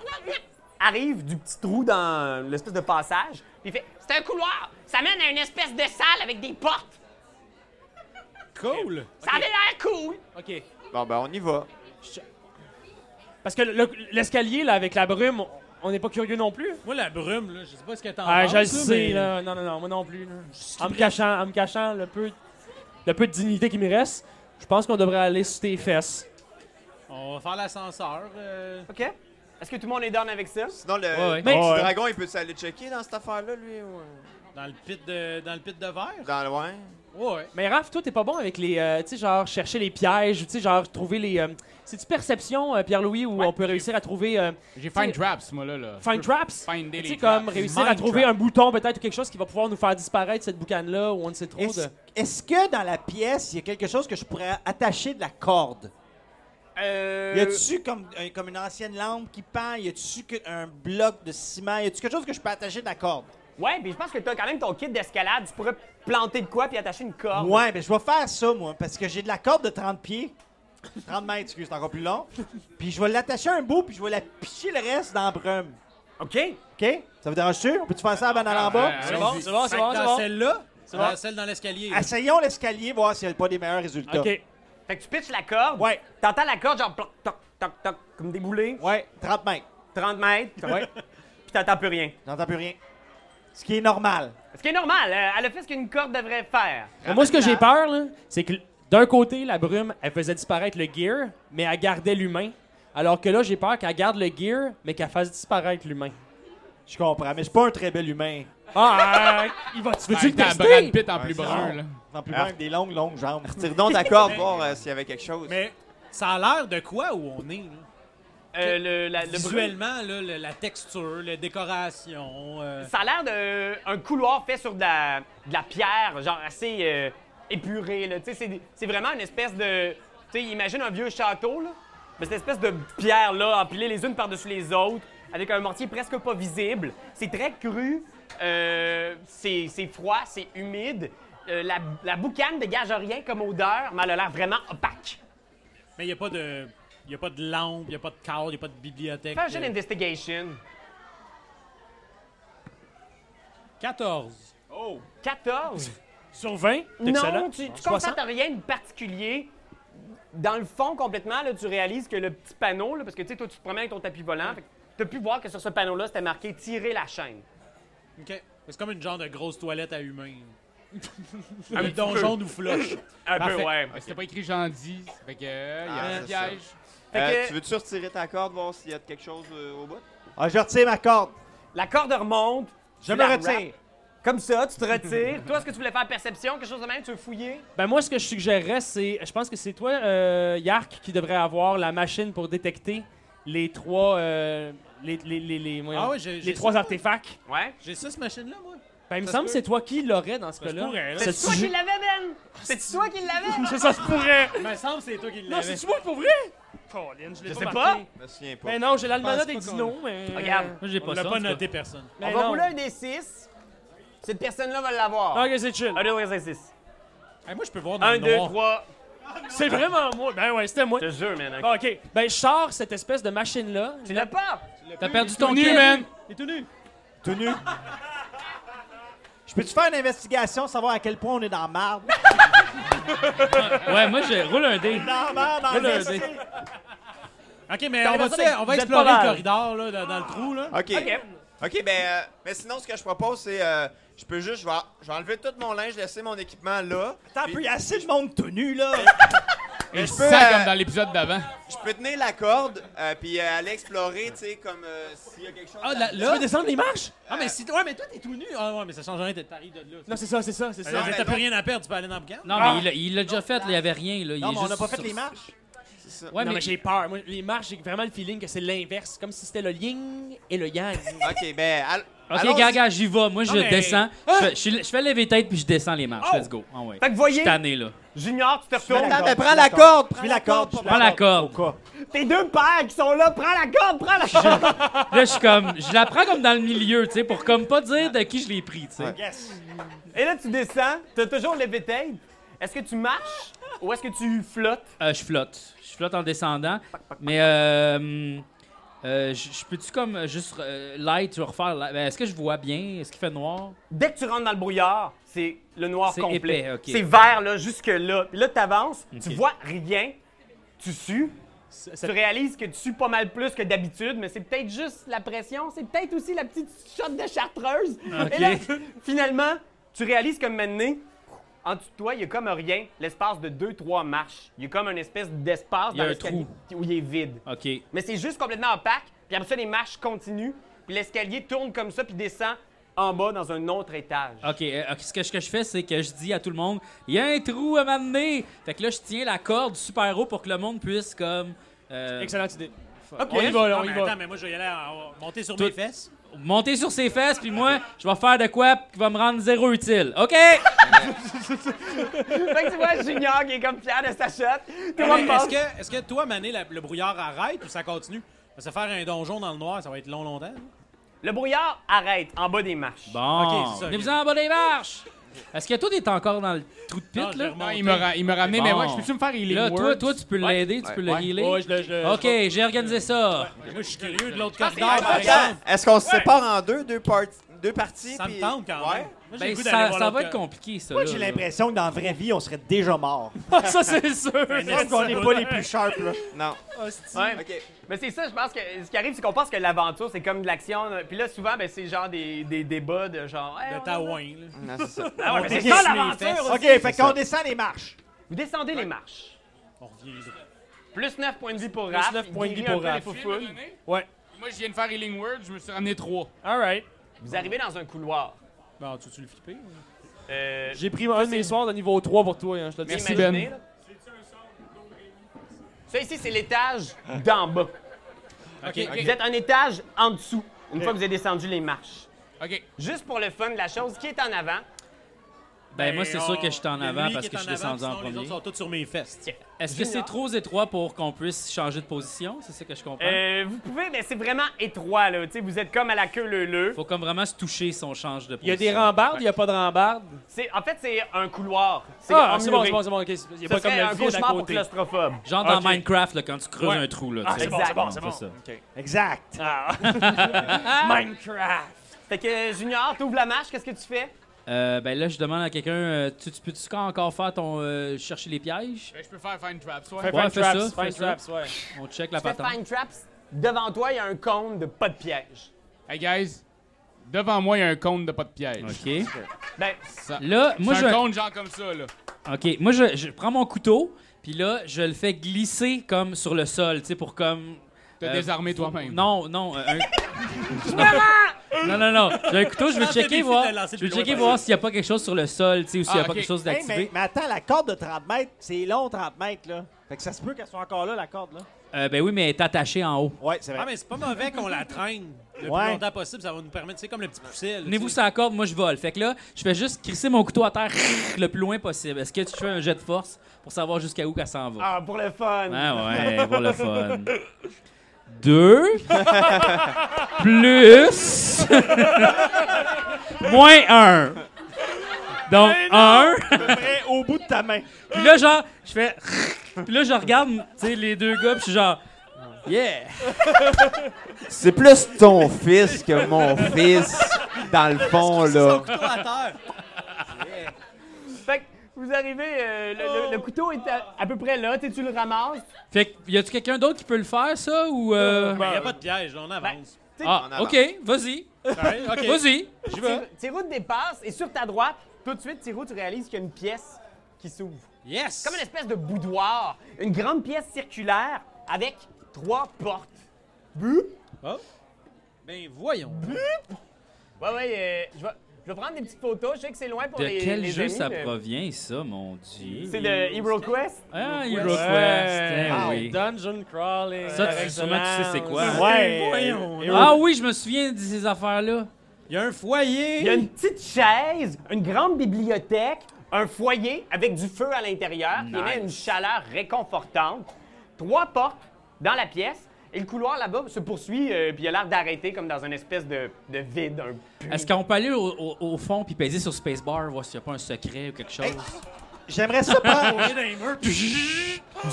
Speaker 2: arrive du petit trou dans l'espèce de passage, puis il fait C'est un couloir, ça mène à une espèce de salle avec des portes.
Speaker 7: Cool!
Speaker 2: Ça avait l'air cool.
Speaker 4: OK.
Speaker 3: Bon, ben, on y va.
Speaker 4: Parce que le- l'escalier, là, avec la brume, on n'est pas curieux non plus.
Speaker 7: Moi, la brume, là, je sais pas ce que t'en
Speaker 4: Ah,
Speaker 7: penses.
Speaker 4: je le sais,
Speaker 7: mais-
Speaker 4: là. Non, non, non, moi non plus. là.
Speaker 7: suis
Speaker 4: En me
Speaker 7: prêt.
Speaker 4: cachant, en me cachant le peu, le peu de dignité qui me reste, je pense qu'on devrait aller sur tes fesses.
Speaker 7: On va faire l'ascenseur. euh,
Speaker 2: OK. Est-ce que tout le monde est down avec ça?
Speaker 3: Sinon, le
Speaker 5: Ouais, ouais.
Speaker 3: le petit
Speaker 4: Ouais, ouais.
Speaker 3: dragon, il peut s'aller checker dans cette affaire-là, lui, ou... euh,
Speaker 7: dans, le pit de, dans le pit de verre.
Speaker 3: Dans loin.
Speaker 7: Ouais.
Speaker 4: Mais Raph, toi, t'es pas bon avec les. euh, tu sais, genre, chercher les pièges, ou tu sais, genre, trouver les. euh, C'est-tu perception, euh, Pierre-Louis, où on peut réussir à trouver. euh,
Speaker 8: J'ai find traps, moi, là. là.
Speaker 4: find traps?
Speaker 8: Finder
Speaker 4: Tu
Speaker 8: les
Speaker 4: sais, comme
Speaker 8: traps.
Speaker 4: réussir à
Speaker 8: Mind
Speaker 4: trouver
Speaker 8: traps.
Speaker 4: un bouton, peut-être, ou quelque chose qui va pouvoir nous faire disparaître cette boucane-là, ou on ne sait trop
Speaker 6: Est-ce
Speaker 4: de.
Speaker 6: est-ce que dans la pièce, il y a quelque chose que je pourrais attacher de la corde?
Speaker 2: Euh,
Speaker 6: Y a-tu comme, un- comme une ancienne lampe qui pend? Y a-tu que- un bloc de ciment? Y a-tu quelque chose que je peux attacher de la corde?
Speaker 2: Ouais, puis je pense que t'as quand même ton kit d'escalade. Tu pourrais planter de quoi puis attacher une corde.
Speaker 6: Ouais, ben je vais faire ça, moi, parce que j'ai de la corde de 30 pieds. 30 mètres, excuse, c'est encore plus long. Puis je vais l'attacher à un bout, puis je vais la picher le reste dans la brume.
Speaker 2: OK.
Speaker 6: OK? Ça vous dérange-tu? On peut-tu faire ça à banane en bas?
Speaker 8: Ah,
Speaker 4: C'est
Speaker 8: allons-y.
Speaker 4: bon, c'est bon,
Speaker 7: Fait
Speaker 4: c'est
Speaker 7: que
Speaker 4: bon, c'est
Speaker 7: dans
Speaker 4: bon.
Speaker 7: celle-là, dans
Speaker 4: bon.
Speaker 7: celle dans l'escalier. là.
Speaker 6: Essayons l'escalier, voir s'il n'y a pas des meilleurs résultats.
Speaker 4: Ok.
Speaker 2: Fait que tu pitches la corde.
Speaker 6: Ouais.
Speaker 2: T'entends la corde genre ploc, toc, toc, toc, comme déboulée.
Speaker 6: Ouais, 30 mètres.
Speaker 2: 30 mètres.
Speaker 6: Ouais.
Speaker 2: Puis t'entends plus rien.
Speaker 6: J'entends plus rien. Ce qui est normal.
Speaker 2: Ce qui est normal. euh, elle a fait ce qu'une corde devrait faire.
Speaker 4: Mais moi, ce que j'ai peur, là, c'est que d'un côté, la brume, elle faisait disparaître le gear, mais elle gardait l'humain. Alors que là, j'ai peur qu'elle garde le gear, mais qu'elle fasse disparaître l'humain.
Speaker 6: Je comprends, mais je suis pas un très bel humain.
Speaker 4: Ah, euh, il va, tu
Speaker 8: Ah,
Speaker 4: veux-tu le
Speaker 8: t'as
Speaker 4: tester?
Speaker 8: Brad Pitt en plus
Speaker 6: c'est
Speaker 8: brun,
Speaker 6: bon.
Speaker 8: là.
Speaker 6: J'en plus bien avec des longues, longues jambes.
Speaker 3: Tire donc la corde, voir euh, s'il y avait quelque chose.
Speaker 7: Mais ça a l'air de quoi où on est? là?
Speaker 2: Euh, le, la- le bruit-
Speaker 7: Visuellement, là, le- la texture, la décoration. euh,
Speaker 2: Ça a l'air d'un couloir fait sur de la, de la pierre, genre assez euh, épurée. là. Tu sais, C'est c'est vraiment une espèce de. Tu sais, imagine un vieux château, là. Mais cette espèce de pierre-là, empilée les unes par-dessus les autres, avec un mortier presque pas visible. C'est très cru, euh, c'est c'est froid, c'est humide. Euh, la, la boucane dégage rien comme odeur, mais elle a l'air vraiment opaque.
Speaker 7: Mais il n'y a pas de. Il a pas de lampe, il a pas de cadre, il a pas de bibliothèque.
Speaker 2: Fais un jeu
Speaker 7: euh,
Speaker 2: d'investigation.
Speaker 7: 14.
Speaker 2: 14?
Speaker 4: Sur 20?
Speaker 2: Non,
Speaker 7: Ah,
Speaker 2: tu, tu
Speaker 4: 60?
Speaker 2: constates rien de particulier. Dans le fond, complètement, là, tu réalises que le petit panneau, là, parce que tu sais, toi, tu te promènes avec ton tapis volant, tu as pu voir que sur ce panneau-là, c'était marqué tirer la chaîne.
Speaker 7: OK. C'est comme une genre de grosse toilette à humains. Le
Speaker 2: Un petit
Speaker 7: donjon nous flush.
Speaker 2: Un
Speaker 8: Parfait.
Speaker 2: peu, ouais.
Speaker 8: Ah, C'était pas écrit Jean-Dis. Fait que, euh, il y a
Speaker 3: Ah,
Speaker 8: un
Speaker 3: c'est
Speaker 8: piège.
Speaker 2: Fait
Speaker 3: Euh,
Speaker 2: que-
Speaker 3: Tu veux-tu retirer ta corde, voir s'il y a quelque chose euh, au bout?
Speaker 6: Ah, je retire ma corde.
Speaker 2: La corde remonte.
Speaker 6: Je
Speaker 2: tu
Speaker 6: me
Speaker 2: la
Speaker 6: retire.
Speaker 2: wrappes. Comme ça, tu te retires. Toi, est-ce que tu voulais faire perception, quelque chose de même? Tu veux fouiller?
Speaker 4: Ben moi, ce que je suggérerais, c'est... Je pense que c'est toi, euh, Yark, qui devrait avoir la machine pour détecter les trois... euh, les, les, les, les- voyons,
Speaker 7: Ah ouais, j'ai- j'ai
Speaker 4: les trois
Speaker 7: ça.
Speaker 4: artefacts.
Speaker 2: Ouais.
Speaker 7: J'ai ça, cette machine-là, moi.
Speaker 4: Ben, il me
Speaker 7: Ça
Speaker 4: semble que
Speaker 7: se
Speaker 4: c'est toi qui l'aurais dans ce
Speaker 7: se
Speaker 4: cas-là.
Speaker 7: pourrait, là.
Speaker 4: C'est
Speaker 2: C'est toi qui l'avais, Ben! C'est toi qui l'avais!
Speaker 4: Ça, ça se pourrait!
Speaker 7: Il me semble que c'est toi qui
Speaker 4: Non,
Speaker 7: l'avais.
Speaker 4: c'est-tu moi pour vrai? Colin, je l'ai
Speaker 2: sais
Speaker 4: marqué.
Speaker 2: pas.
Speaker 3: Je me souviens pas.
Speaker 4: Ben non, j'ai l'almanach
Speaker 7: pense
Speaker 4: des
Speaker 7: pas
Speaker 4: dinos, mais... euh,
Speaker 2: Regarde.
Speaker 5: Moi, j'ai
Speaker 7: On
Speaker 5: pas ça.
Speaker 7: l'a
Speaker 5: en
Speaker 7: pas
Speaker 5: tout cas.
Speaker 7: noté personne.
Speaker 2: On
Speaker 4: Mais
Speaker 2: va
Speaker 4: non. Ah,
Speaker 2: rouler un des six. Cette personne-là va l'avoir.
Speaker 4: Ok, c'est chill.
Speaker 2: Un, deux, trois, six.
Speaker 7: Hey, moi, je peux voir dans
Speaker 2: Un,
Speaker 7: le
Speaker 2: deux,
Speaker 7: noir.
Speaker 2: trois.
Speaker 4: C'est vraiment moi. Ben ouais, c'était moi.
Speaker 2: Je te jure, man.
Speaker 4: Bon, ok. Ben, je sors cette espèce de machine-là.
Speaker 2: Tu l'as pas!
Speaker 5: T'as perdu ton
Speaker 8: Nu,
Speaker 5: kit.
Speaker 8: man!
Speaker 7: Il est tout nu.
Speaker 6: Tout nu. Je peux-tu faire une investigation, savoir à quel point on est dans la marde?
Speaker 5: Ouais, moi, je roule un dé.
Speaker 6: Dans la marde, dans
Speaker 5: Roule un
Speaker 6: le
Speaker 5: dé.
Speaker 7: OK, mais on va,
Speaker 2: ça,
Speaker 7: tu-
Speaker 2: mais
Speaker 7: on va
Speaker 2: vous êtes
Speaker 7: explorer
Speaker 2: pas mal.
Speaker 7: le corridor là, dans, dans le trou. Là.
Speaker 3: OK.
Speaker 2: Ok.
Speaker 3: OK, ben, euh, mais sinon, ce que je propose, c'est... euh, je peux juste... Je vais, je vais enlever tout mon linge, laisser mon équipement là.
Speaker 6: Attends un peu, il y a assez de monde tout nu, là. Ah,
Speaker 8: Et
Speaker 3: je
Speaker 8: je
Speaker 3: peux,
Speaker 8: sens
Speaker 3: euh,
Speaker 8: comme dans l'épisode d'avant.
Speaker 3: Je peux tenir la corde, euh, puis euh, aller explorer, tu sais, comme euh, s'il y a quelque chose...
Speaker 7: Ah,
Speaker 3: à-
Speaker 7: là,
Speaker 4: Tu
Speaker 7: là?
Speaker 4: veux descendre les marches?
Speaker 7: Ah, mais, si, ouais, mais toi, t'es tout nu. Ah, ouais, mais ça change rien, t'es de Paris de là.
Speaker 4: Non, c'est ça, c'est ça, c'est ça.
Speaker 7: T'as
Speaker 3: mais
Speaker 7: t'as plus
Speaker 3: non.
Speaker 7: rien à perdre, tu peux aller dans le boucan.
Speaker 5: Non, mais il l'a- il l'a déjà fait, là, il y avait rien. Là. Il
Speaker 6: Non,
Speaker 5: est
Speaker 6: mais on
Speaker 5: juste
Speaker 6: n'a pas fait
Speaker 5: sur-
Speaker 6: les marches.
Speaker 5: Ouais,
Speaker 4: non,
Speaker 5: mais,
Speaker 4: mais j'ai peur. Moi, les marches, j'ai vraiment le feeling que c'est l'inverse. Comme si c'était le yin et le yang.
Speaker 3: OK, ben... all-
Speaker 5: Ok,
Speaker 3: allons-y.
Speaker 5: gaga, j'y vais. Moi, je
Speaker 7: mais-
Speaker 5: descends. Je fais- Je, suis- je fais lever tête puis je descends les marches.
Speaker 2: Oh!
Speaker 5: Let's go. Ah ouais.
Speaker 2: Fait que voyez,
Speaker 5: Je suis tanné, là.
Speaker 2: Junior, tu te retournes.
Speaker 3: Attends, mais prends la corde!
Speaker 6: Je suis la corde.
Speaker 5: Prends la corde.
Speaker 6: Pourquoi?
Speaker 2: Tes deux pères qui sont là, prends la corde, prends la corde!
Speaker 5: Là, je suis comme. Je la prends comme dans le milieu, tu sais, pour comme pas dire de qui je l'ai pris, tu sais.
Speaker 6: Yes.
Speaker 2: Et là, tu descends, t'as toujours le tape. Est-ce que tu marches ou est-ce que tu flottes?
Speaker 5: Euh, je flotte. Je flotte en descendant. Mais euh, Euh, je je peux-tu comme euh, juste euh, light, tu vas refaire. la- ben, Est-ce que je vois bien? Est-ce qu'il fait noir?
Speaker 2: Dès que tu rentres dans le brouillard, c'est le noir
Speaker 5: C'est
Speaker 2: complet.
Speaker 5: épais, ok.
Speaker 2: C'est vert, là, jusque-là. Puis là, tu avances, tu
Speaker 5: Ok.
Speaker 2: vois rien, tu sues. Tu réalises que tu sues pas mal plus que d'habitude, mais c'est peut-être juste la pression, c'est peut-être aussi la petite shot de chartreuse. Et là, finalement, tu réalises que maintenant, en dessous de toi, il y a comme rien, l'espace de deux, trois marches. Il y a comme une espèce d'espace
Speaker 5: Il y a
Speaker 2: dans
Speaker 5: un
Speaker 2: l'escalier où il est vide.
Speaker 5: OK.
Speaker 2: Mais c'est juste complètement opaque. Puis après ça, les marches continuent. Puis l'escalier tourne comme ça, puis descend en bas dans un autre étage.
Speaker 5: OK. euh, ok, Ce que ce que je fais, c'est que je dis à tout le monde, il y a un trou à m'amener. Fait que là, je tiens la corde super haut pour que le monde puisse comme. euh,
Speaker 4: Excellente idée.
Speaker 2: OK.
Speaker 4: On y va, là,
Speaker 7: Non,
Speaker 4: on y
Speaker 7: mais
Speaker 4: va.
Speaker 7: attends, mais moi, je vais y aller en- en- monter sur
Speaker 5: Tout-
Speaker 7: mes fesses.
Speaker 5: monter sur ses fesses, puis moi, je vais faire de quoi qui va me rendre zéro utile. OK?
Speaker 2: fait que tu vois Junior qui est comme fier de sa shot. Tout le
Speaker 7: Mais
Speaker 2: monde pense.
Speaker 7: Est-ce que, est-ce que toi, Mané, la- le brouillard arrête ou ça continue? Ça va faire un donjon dans le noir, ça va être long, longtemps.
Speaker 2: Le brouillard arrête en bas des marches.
Speaker 4: Ah.
Speaker 5: Bon.
Speaker 7: Ok, c'est ça, ok.
Speaker 5: Venez-vous en bas des marches. Est-ce que toi, t'es encore dans le trou de pit,
Speaker 7: Non, je l'ai
Speaker 5: là?
Speaker 8: Non,
Speaker 7: remonté.
Speaker 8: il me ra- il m'a ramené, mais
Speaker 5: Bon.
Speaker 8: ouais, je peux-tu me faire healing
Speaker 5: Là, toi,
Speaker 8: words?
Speaker 5: toi, tu peux
Speaker 8: Ouais.
Speaker 5: l'aider, tu peux le healer.
Speaker 4: Ouais, je le- je le-
Speaker 5: OK, j'ai organisé ça.
Speaker 7: Moi, je suis curieux de l'autre corridor, par
Speaker 3: Attends,
Speaker 7: exemple.
Speaker 3: est-ce qu'on se sépare en deux, deux, par- deux parties?
Speaker 7: Ça me
Speaker 3: puis-
Speaker 7: tente quand
Speaker 3: Ouais.
Speaker 7: même. Moi, j'ai
Speaker 5: Ben,
Speaker 7: le goût d'aller
Speaker 5: ça,
Speaker 7: voir
Speaker 5: ça
Speaker 7: l'autre
Speaker 5: va être
Speaker 7: corridor.
Speaker 5: compliqué, ça.
Speaker 6: Moi,
Speaker 5: là,
Speaker 6: j'ai
Speaker 5: là.
Speaker 6: l'impression que dans la vraie vie, on serait déjà mort.
Speaker 4: ça, c'est sûr.
Speaker 6: Je pense qu'on n'est pas les plus sharp, là.
Speaker 3: Non.
Speaker 2: Ouais.
Speaker 3: OK.
Speaker 2: Mais c'est ça, je pense que ce qui arrive, c'est qu'on pense que l'aventure, c'est comme de l'action. Puis là, souvent, ben, c'est genre des, des débats de genre. Hey, on-
Speaker 7: De Taouin, là.
Speaker 3: Non, c'est ça.
Speaker 2: Ah ouais, mais c'est
Speaker 7: On
Speaker 2: ça
Speaker 7: déguise les
Speaker 2: l'aventure
Speaker 7: fesses.
Speaker 2: aussi.
Speaker 6: OK, fait qu'on descend les marches.
Speaker 2: Vous descendez les marches.
Speaker 7: On revient les autres.
Speaker 2: Plus 9 points de vie pour Raph.
Speaker 4: 9 points de
Speaker 2: il
Speaker 4: vie
Speaker 2: guérit un
Speaker 4: pour
Speaker 2: peu les
Speaker 4: Raph.
Speaker 2: foufounes.
Speaker 4: Ouais.
Speaker 8: Moi, je viens de faire healing words, je me suis ramené trois.
Speaker 4: All right.
Speaker 2: Vous arrivez dans un couloir.
Speaker 7: Bon, tu veux-tu le flipper? ou-
Speaker 2: Euh,
Speaker 4: J'ai pris un de mes soirs de niveau 3 pour toi, hein, je te le dis.
Speaker 2: Merci
Speaker 8: Ben.
Speaker 2: Ça ici, c'est l'étage d'en bas.
Speaker 7: OK.
Speaker 2: Vous êtes un étage en dessous, une fois que vous avez descendu les marches.
Speaker 8: OK.
Speaker 2: Juste pour le fun de la chose, qui est en avant?
Speaker 4: Hein?
Speaker 5: Ben, moi, c'est
Speaker 7: on-
Speaker 5: sûr que je suis en
Speaker 7: il y a
Speaker 5: avant
Speaker 7: lui
Speaker 5: parce
Speaker 7: qui
Speaker 5: que
Speaker 7: est
Speaker 5: je suis
Speaker 7: avant,
Speaker 5: descendu en
Speaker 7: sinon Les
Speaker 5: premier.
Speaker 7: autres sont tous sur mes fesses.
Speaker 5: Est-ce que c'est
Speaker 2: Junior?
Speaker 5: trop étroit pour qu'on puisse changer de position? C'est ça que je comprends.
Speaker 2: Euh, vous pouvez, mais c'est vraiment étroit, là. Tu sais, vous êtes comme à la queue leu-leu.
Speaker 5: Faut comme vraiment se toucher si on change de position.
Speaker 4: Il y a des rambardes, il n'y a pas de rambardes.
Speaker 2: C'est- En fait, c'est un couloir. C'est
Speaker 4: Ah, c'est bon,
Speaker 2: emmuré.
Speaker 4: c'est bon, c'est bon. ok, c'est- Il n'y
Speaker 2: Ce
Speaker 4: a pas comme
Speaker 2: serait
Speaker 4: le
Speaker 2: un
Speaker 4: vide à
Speaker 2: cauchemar pour
Speaker 4: côté.
Speaker 2: claustrophobe.
Speaker 5: Genre dans
Speaker 4: Ok.
Speaker 5: Minecraft, là, quand tu creuses
Speaker 4: Ouais.
Speaker 5: un trou, là.
Speaker 4: Ah,
Speaker 5: tu sais.
Speaker 4: c'est bon,
Speaker 2: Exact.
Speaker 4: c'est bon, c'est bon.
Speaker 6: Exact.
Speaker 7: Ah.
Speaker 4: Minecraft.
Speaker 2: Fait que, euh, Junior, t'ouvres la marche, qu'est-ce que tu fais?
Speaker 5: Euh, ben là, je demande à quelqu'un, euh, tu, tu peux-tu encore faire ton... euh, chercher les pièges?
Speaker 8: Ben, je peux faire Find Traps, ouais.
Speaker 4: Fais
Speaker 5: Ouais,
Speaker 4: Fine
Speaker 5: fais ça,
Speaker 4: Traps,
Speaker 5: fais
Speaker 4: Fine
Speaker 5: ça.
Speaker 4: Traps, ouais.
Speaker 5: On check la
Speaker 2: Tu fais
Speaker 5: patente.
Speaker 2: Fine Traps. Devant toi, il y a un cône de pas de piège.
Speaker 8: Hey, guys, devant moi, il y a un cône de pas de piège.
Speaker 5: OK.
Speaker 2: Ben,
Speaker 8: Ça-
Speaker 5: Là, moi,
Speaker 8: c'est
Speaker 5: je...
Speaker 8: un cône genre comme ça, là.
Speaker 5: OK, moi, je, je prends mon couteau, puis là, je le fais glisser comme sur le sol, tu sais, pour comme...
Speaker 8: T'as
Speaker 5: Euh,
Speaker 8: désarmé toi-même.
Speaker 5: Non, non, euh, un... non, non, non. J'ai un couteau, je vais
Speaker 7: Lance le
Speaker 5: checker
Speaker 7: défi
Speaker 5: voir,
Speaker 7: de lancer
Speaker 5: je
Speaker 7: le
Speaker 5: vais
Speaker 7: plus
Speaker 5: checker
Speaker 7: loin
Speaker 5: voir s'il n'y a pas quelque chose sur le sol, tu sais, ou s'il n'y a
Speaker 8: Ah,
Speaker 5: pas
Speaker 8: ok.
Speaker 5: quelque chose
Speaker 6: Hey,
Speaker 5: d'activé.
Speaker 6: mais, mais attends, la corde de 30 mètres, c'est long, 30 mètres, là. Fait que ça se peut qu'elle soit encore là, la corde, là.
Speaker 5: Euh, ben oui, mais elle est attachée en haut.
Speaker 6: Ouais, c'est
Speaker 7: Ah,
Speaker 6: vrai.
Speaker 7: mais c'est pas mauvais qu'on la traîne le plus
Speaker 6: Ouais.
Speaker 7: longtemps possible. Ça va nous permettre, c'est comme le petit poucet. là,
Speaker 5: Tenez-vous
Speaker 7: tu sais.
Speaker 5: sur la corde, moi je vole. Fait que là, je fais juste crisser mon couteau à terre le plus loin possible. Est-ce que tu fais un jet de force pour savoir jusqu'à où qu'elle s'en va?
Speaker 2: ah, pour le fun.
Speaker 5: Ah ouais, pour le fun. Deux. plus. moins un. Donc un.
Speaker 6: Prêt au bout de ta main.
Speaker 5: Puis là, genre, je fais. Puis là, je regarde, tu sais, les deux gars, puis je suis genre. Yeah!
Speaker 3: C'est plus ton fils que mon fils, dans le fond, là.
Speaker 7: Couteau à terre.
Speaker 2: Fait que vous arrivez, euh, le, le- le couteau est à, à peu près là, tu sais, tu le ramasses.
Speaker 5: Fait que, y a-tu quelqu'un d'autre qui peut le faire, ça? Ou. euh,
Speaker 4: ben,
Speaker 7: Il n'y Ben, a pas de piège, là, on avance.
Speaker 5: Ah,
Speaker 3: On avance.
Speaker 5: ok, vas-y.
Speaker 4: Ben.
Speaker 7: Pareil, OK.
Speaker 5: Vas-y.
Speaker 2: Tes- Tes routes dépassent et sur ta droite, tout de suite, Tiro, tu réalises qu'il y a une pièce qui s'ouvre.
Speaker 7: Yes!
Speaker 2: Comme une espèce de boudoir, une grande pièce circulaire avec trois portes. Bup!
Speaker 7: Ben voyons.
Speaker 2: Ouais, ouais, euh, je, vais, je vais prendre des petites photos, je sais que c'est loin pour
Speaker 5: De
Speaker 2: les
Speaker 5: quel
Speaker 2: les
Speaker 5: jeu
Speaker 2: amis,
Speaker 5: ça
Speaker 4: euh,
Speaker 2: mais-
Speaker 5: provient, ça, mon Dieu?
Speaker 2: C'est de Hero Quest.
Speaker 5: Ah, HeroQuest,
Speaker 4: Ouais.
Speaker 5: eh
Speaker 4: Ah,
Speaker 5: oui.
Speaker 4: Dungeon crawling.
Speaker 5: Ça, tu- sûrement tu sais c'est quoi, hein?
Speaker 4: Ben,
Speaker 6: Ouais.
Speaker 7: Voyons.
Speaker 6: Et-
Speaker 5: Ah oui, je me souviens de ces affaires-là.
Speaker 7: Il y a un foyer.
Speaker 2: Il y a une petite chaise, une grande bibliothèque, un foyer avec du feu à l'intérieur qui émet une chaleur réconfortante. Trois portes dans la pièce et le couloir là-bas se poursuit euh, puis il a l'air d'arrêter comme dans une espèce de, de vide. Un puits.
Speaker 5: Est-ce qu'on peut aller au, au- au fond puis peser sur Spacebar, voir s'il n'y a pas un secret ou quelque chose?
Speaker 6: J'aimerais ça prendre-
Speaker 7: foyer dans les murs.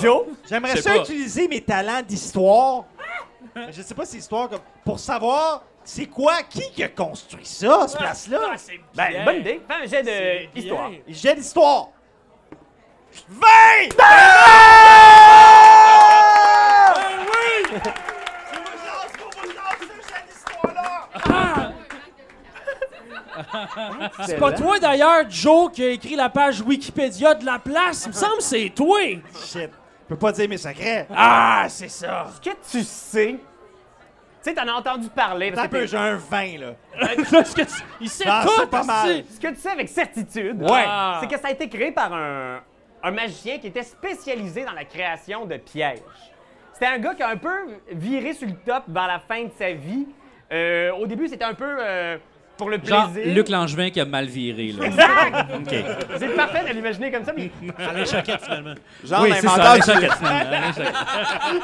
Speaker 2: Joe?
Speaker 6: J'aimerais
Speaker 5: Je sais
Speaker 6: ça
Speaker 5: pas.
Speaker 6: utiliser mes talents d'histoire Mais je sais pas si l'histoire comme. Pour savoir c'est quoi, qui qui a construit ça,
Speaker 7: Ah,
Speaker 6: cette place-là?
Speaker 2: Ben, bonne idée. Fais un jet de histoire.
Speaker 6: J'ai l'histoire! 20!
Speaker 7: Ah
Speaker 4: C'est pas toi d'ailleurs, Joe, qui a écrit la page Wikipédia de la place. Il me semble que c'est toi.
Speaker 6: Shit, je peux pas dire mes secrets.
Speaker 4: Ah, c'est ça.
Speaker 2: Est-ce que tu sais? Tu sais, t'en as entendu parler.
Speaker 6: Attends
Speaker 2: Parce
Speaker 6: un
Speaker 2: que
Speaker 6: peu,
Speaker 2: t'es-
Speaker 6: j'ai un 20, là.
Speaker 4: Parce que tu- Il sait
Speaker 6: Ah,
Speaker 4: tout.
Speaker 6: c'est pas mal.
Speaker 4: aussi.
Speaker 2: Ce que tu sais avec certitude,
Speaker 4: Ouais.
Speaker 2: c'est que ça a été créé par un, un magicien qui était spécialisé dans la création de pièges. C'était un gars qui a un peu viré sur le top vers la fin de sa vie. Euh, au début, c'était un peu euh, pour le
Speaker 5: Genre,
Speaker 2: plaisir.
Speaker 5: Luc Langevin qui a mal viré, là.
Speaker 2: Exact!
Speaker 5: OK.
Speaker 2: Vous êtes parfait de l'imaginer comme ça, mais
Speaker 7: Alain Choquette, finalement.
Speaker 3: Genre
Speaker 5: Oui, c'est ça,
Speaker 3: l'inventeur
Speaker 5: Alain
Speaker 3: du-
Speaker 5: Choquette, finalement. Alain Choquette.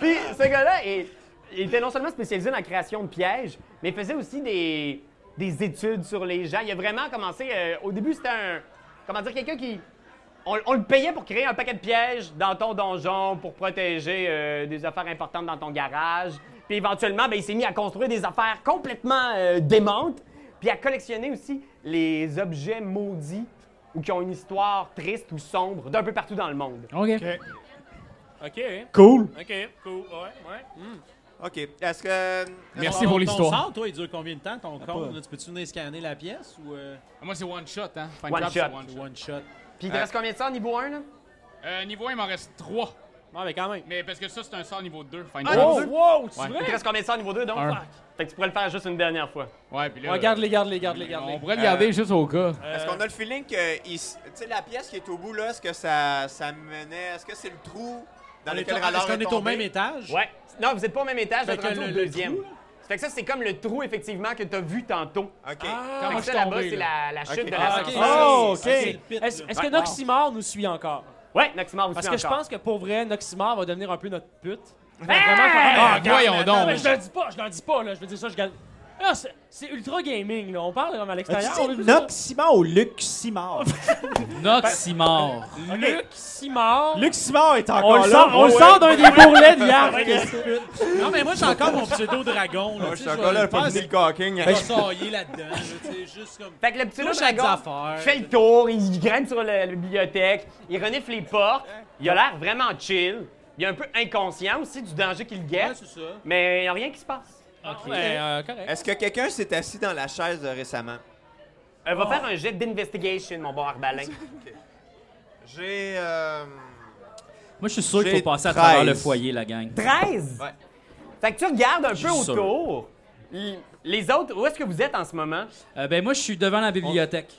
Speaker 2: Puis ce gars-là, il, il était non seulement spécialisé dans la création de pièges, mais il faisait aussi des, des études sur les gens. Il a vraiment commencé. euh, au début, c'était un. Comment dire, quelqu'un qui. On, on le payait pour créer un paquet de pièges dans ton donjon pour protéger euh, des affaires importantes dans ton garage. Puis éventuellement, ben, il s'est mis à construire des affaires complètement euh, démentes. Puis à collectionner aussi les objets maudits ou qui ont une histoire triste ou sombre d'un peu partout dans le monde.
Speaker 4: OK.
Speaker 6: Cool.
Speaker 4: OK, cool. Ouais, ouais.
Speaker 3: Ok. Est-ce que. euh,
Speaker 8: Merci
Speaker 7: Ton-
Speaker 8: pour
Speaker 7: Ton
Speaker 8: l'histoire.
Speaker 7: sort, toi, il dure combien de temps, ton compte? là? Tu peux-tu venir scanner la pièce ou euh,
Speaker 8: Moi, c'est one shot, hein. Fine
Speaker 2: One
Speaker 8: Crab,
Speaker 2: shot.
Speaker 8: c'est one shot.
Speaker 7: one shot?
Speaker 2: Puis il te reste combien de temps, niveau 1 là?
Speaker 8: Euh, niveau 1, il m'en reste 3.
Speaker 4: Bon, mais quand même.
Speaker 8: Mais parce que ça, c'est un sort niveau 2. Fine
Speaker 4: Ah,
Speaker 8: Crab.
Speaker 4: oh, wow, c'est
Speaker 8: Ouais.
Speaker 2: Il te
Speaker 4: vrai?
Speaker 2: reste combien de temps au niveau 2 donc?
Speaker 8: Un.
Speaker 2: Fuck. Fait que tu pourrais le faire juste une dernière fois.
Speaker 8: Ouais, puis là.
Speaker 4: Ouais, garde-les, garde-les, garde-les,
Speaker 8: On
Speaker 4: garde-les.
Speaker 8: pourrait le garder juste au cas.
Speaker 4: euh,
Speaker 7: Euh.
Speaker 3: Est-ce qu'on a le feeling que il s- tu sais, la pièce qui est au bout là, est-ce que ça, ça menait, est-ce que c'est le trou dans
Speaker 7: On est
Speaker 3: lequel
Speaker 7: au-
Speaker 3: Rallor
Speaker 7: Est-ce qu'on
Speaker 3: est
Speaker 7: est au
Speaker 3: tombé?
Speaker 7: même étage?
Speaker 2: Ouais. Non, vous êtes pas au même étage, vous
Speaker 7: Fait
Speaker 2: êtes
Speaker 7: que
Speaker 2: rendu
Speaker 7: le-
Speaker 2: au
Speaker 7: le
Speaker 2: deuxième.
Speaker 7: trou, là?
Speaker 2: fait que ça, c'est comme le trou, effectivement, que t'as vu tantôt.
Speaker 3: Ok.
Speaker 7: Ah,
Speaker 2: Fait
Speaker 8: moi,
Speaker 2: que ça,
Speaker 8: je suis
Speaker 2: là-bas,
Speaker 8: tombé,
Speaker 2: c'est la, la chute
Speaker 3: Ok.
Speaker 2: de
Speaker 3: Ah,
Speaker 2: la
Speaker 3: ok.
Speaker 4: Oh, OK.
Speaker 7: C'est le pit,
Speaker 4: Est-ce
Speaker 7: là.
Speaker 4: est-ce que Noximor nous suit encore?
Speaker 2: Ouais, Noximar, vous
Speaker 4: Parce
Speaker 2: suit
Speaker 4: que je
Speaker 2: encore.
Speaker 4: pense que pour vrai, Noximar va devenir un peu notre pute.
Speaker 8: Ah,
Speaker 4: Ah,
Speaker 8: voyons
Speaker 4: Non, mais
Speaker 8: donc.
Speaker 4: je leur dis pas, je leur dis pas, là. Je veux dire ça, je gagne. Là, c'est- c'est ultra gaming, là. On parle comme à l'extérieur.
Speaker 6: As-tu
Speaker 4: on
Speaker 6: dit
Speaker 4: est-
Speaker 6: Noximor ou Luc Simard?
Speaker 5: Noximor.
Speaker 4: Luc Simard.
Speaker 6: Luc Simard est encore
Speaker 4: On le
Speaker 6: là.
Speaker 4: sort, on le sort d'un des bourrelets de Yark.
Speaker 7: Non, mais moi, j'ai encore mon pseudo-dragon.
Speaker 3: Moi,
Speaker 7: là.
Speaker 3: je suis encore là, ben, le pas fini le caulking.
Speaker 7: Je vais sortir là-dedans. là, tu sais, juste comme.
Speaker 2: Fait que le petit loup
Speaker 7: Touche à des
Speaker 2: dragon
Speaker 7: affaires.
Speaker 2: fait le tour, il grimpe sur la, la bibliothèque, il renifle les portes, il a l'air vraiment chill, il est un peu inconscient aussi du danger qu'il
Speaker 7: Ouais,
Speaker 2: guette,
Speaker 7: c'est ça.
Speaker 2: mais il n'y a rien qui se passe.
Speaker 7: euh,
Speaker 4: correct.
Speaker 3: Est-ce que quelqu'un s'est assis dans la chaise euh, récemment?
Speaker 2: Euh, va faire un jet d'investigation, mon bon arbalin.
Speaker 3: J'ai. euh,
Speaker 5: Moi, je suis sûr qu'il faut
Speaker 3: J'ai
Speaker 5: passer à travers
Speaker 3: 13.
Speaker 5: le foyer, la gang.
Speaker 2: 13?
Speaker 3: Ouais.
Speaker 2: Fait que tu regardes un peu
Speaker 5: suis sûr.
Speaker 2: autour. L- Les autres, où est-ce que vous êtes en ce moment?
Speaker 5: Euh, ben, moi, je suis devant la bibliothèque.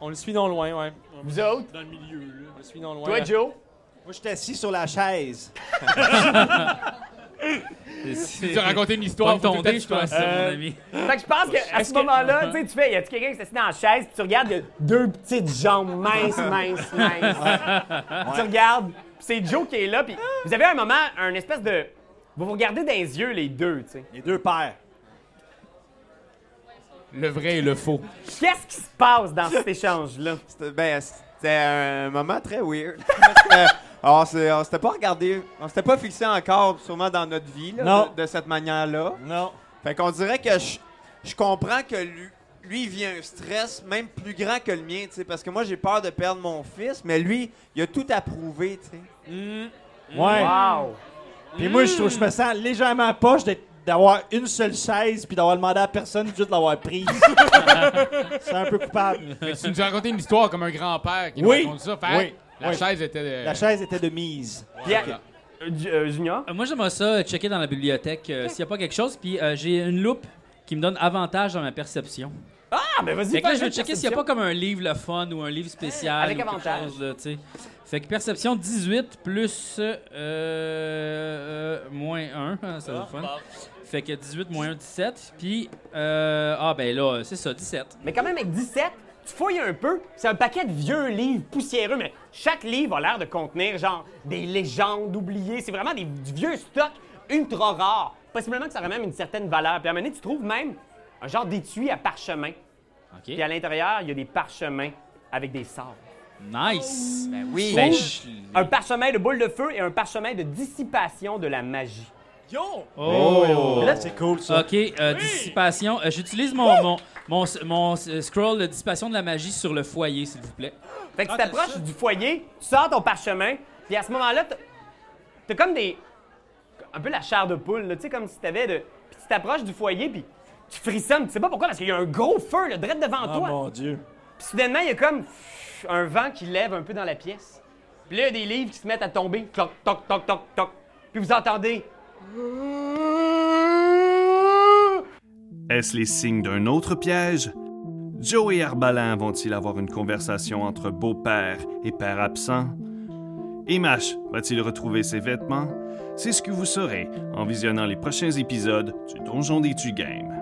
Speaker 4: On le suit non loin, ouais.
Speaker 2: Vous autres?
Speaker 7: Dans le milieu, là.
Speaker 4: On le suit non loin.
Speaker 2: Toi, Joe?
Speaker 6: Moi, je suis assis sur la chaise.
Speaker 5: C'est
Speaker 8: Tu as raconté une
Speaker 5: pas
Speaker 8: histoire.
Speaker 5: me
Speaker 8: faut tout
Speaker 5: tonder,
Speaker 8: le
Speaker 5: je
Speaker 8: temps que
Speaker 5: pense,
Speaker 8: tu
Speaker 5: mon
Speaker 7: Euh,
Speaker 5: ami.
Speaker 2: Fait que je pense qu'à ce moment-là, tu sais, tu fais, y a-tu quelqu'un qui s'est assis dans la chaise, puis tu regardes, y a deux petites jambes minces, minces, minces. Puis Tu regardes, puis c'est Joe qui est là, puis vous avez un moment, un espèce de. Vous vous regardez dans les yeux, les deux, tu sais.
Speaker 6: Les deux pères.
Speaker 8: Le vrai et le faux.
Speaker 2: Qu'est-ce qui se passe dans cet échange-là?
Speaker 3: c'était- Ben, c'était un moment très weird. Euh, on s'est- on s'était pas regardé, on s'était pas fixé encore, sûrement dans notre vie, là,
Speaker 6: Non.
Speaker 3: De, de cette manière-là.
Speaker 6: Non.
Speaker 3: Fait qu'on dirait que je, je comprends que lui, lui, il vit un stress même plus grand que le mien, tu sais, parce que moi, j'ai peur de perdre mon fils, mais lui, il a tout approuvé, tu sais.
Speaker 6: Ouais.
Speaker 2: Wow!
Speaker 6: Puis moi, je trouve je me sens légèrement poche d'être- d'avoir une seule chaise puis d'avoir demandé à personne juste de l'avoir prise. C'est un peu coupable.
Speaker 8: Mais tu nous as raconté une histoire comme un grand-père qui
Speaker 6: Oui.
Speaker 8: nous raconte ça. Fait
Speaker 6: Oui.
Speaker 8: que la
Speaker 6: Oui.
Speaker 8: chaise était. euh,
Speaker 6: La chaise était de mise.
Speaker 2: Puis, euh, Ju- euh, Junior?
Speaker 5: Euh, Moi, j'aimerais ça euh, checker dans la bibliothèque euh, s'il n'y a pas quelque chose. Puis euh, j'ai une loupe qui me donne avantage dans ma perception.
Speaker 2: Ah, ben vas-y,
Speaker 5: Fait que là, je vais checker s'il n'y a pas comme un livre le fun ou un livre spécial.
Speaker 2: Avec
Speaker 5: ou quelque
Speaker 2: avantage.
Speaker 5: chose, là, tu sais. Fait que perception 18 plus euh, euh, moins 1. Ah, ça va être fun. Fait que 18 moins 1, 17. Puis, euh, ah ben là, c'est ça, 17.
Speaker 2: Mais quand même, avec 17, tu fouilles un peu, c'est un paquet de vieux livres poussiéreux, mais chaque livre a l'air de contenir, genre, des légendes oubliées. C'est vraiment des, du vieux stock ultra rare. Possiblement que ça aurait même une certaine valeur. Puis à un moment donné, tu trouves même un genre d'étui à parchemin.
Speaker 5: OK.
Speaker 2: Puis à l'intérieur, il y a des parchemins avec des sorts.
Speaker 5: Nice!
Speaker 3: Ben oui.
Speaker 5: Ben,
Speaker 2: Ouh.
Speaker 5: je-
Speaker 2: Un parchemin de boule de feu et un parchemin de dissipation de la magie.
Speaker 7: Yo!
Speaker 5: Oh!
Speaker 6: Là, c'est cool, ça.
Speaker 5: Ok, euh, dissipation. Euh, J'utilise mon, mon, mon, mon euh, scroll de dissipation de la magie sur le foyer, s'il vous plaît.
Speaker 2: Fait que
Speaker 7: Ah,
Speaker 2: tu
Speaker 7: t'as
Speaker 2: t'approches
Speaker 7: ça?
Speaker 2: du foyer, tu sors ton parchemin, puis à ce moment-là, t'as- t'as comme des. un peu la chair de poule, là, tu sais, comme si t'avais de. Puis tu t'approches du foyer, puis tu frissonnes, tu sais pas pourquoi, parce qu'il y a un gros feu, là, direct
Speaker 7: Ah,
Speaker 2: devant toi.
Speaker 6: Dieu.
Speaker 2: Puis soudainement, il y a comme pff, un vent qui lève un peu dans la pièce. Puis là, il y a des livres qui se mettent à tomber. Toc, toc, toc, toc, toc. Puis vous entendez.
Speaker 1: Est-ce les signes d'un autre piège? Joe et Arbalin vont-ils avoir une conversation entre beau-père et père absent? Image va-t-il retrouver ses vêtements? C'est ce que vous saurez en visionnant les prochains épisodes du Donjon des Tu Game.